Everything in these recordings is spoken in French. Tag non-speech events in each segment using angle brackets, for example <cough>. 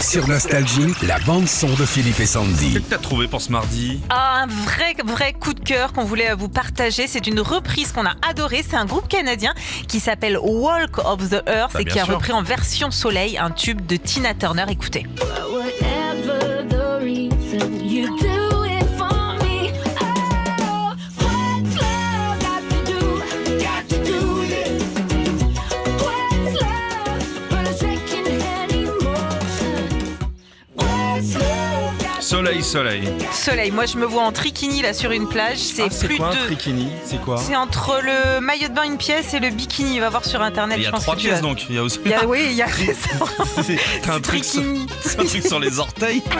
Sur Nostalgie, la bande-son de Philippe et Sandy. Qu'est-ce que t'as trouvé pour ce mardi Ah, un vrai, vrai coup de cœur qu'on voulait euh, vous partager. C'est une reprise qu'on a adorée. C'est un groupe canadien qui s'appelle Walk of the Earth Bah, et bien qui a sûr. repris en version soleil un tube de Tina Turner. Écoutez. Whatever the reason, you do it for me. Oh, what's love got to do? Got to do it. What's love but a second-hand emotion? What's love got to Soleil, soleil. Soleil, moi je me vois en trikini là sur une plage. C'est Ah, plus quoi un de. trikini C'est quoi C'est entre le maillot de bain une pièce et le bikini. Va voir sur internet. Il y a je pense trois que tu pièces vas- donc. Il y a aussi. Il y a- oui, il y a <laughs> C'est- T'as un, truc sur- trikini. t'as un truc sur les orteils <laughs>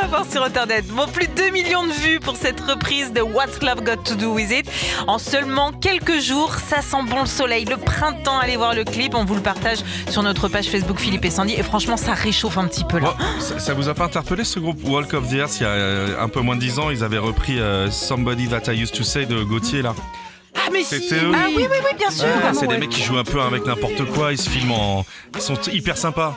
Va voir sur internet. Bon, plus de 2 millions de vues pour cette reprise de What's Love Got to Do With It. En seulement quelques jours, ça sent bon le soleil, le printemps. Allez voir le clip, on vous le partage sur notre page Facebook Philippe et Sandy. Et franchement, ça réchauffe un petit peu là. Bon, ça, ça vous a pas interpellé ce groupe Walk of the Earth Il y a euh, un peu moins de 10 ans, ils avaient repris euh, Somebody That I Used to Say de Gauthier là. Ah, mais si. C'était eux. Ah, oui, oui, oui, bien sûr. Ouais, c'est Ouais. des mecs qui jouent un peu avec n'importe quoi, ils se filment en. Ils sont hyper sympas.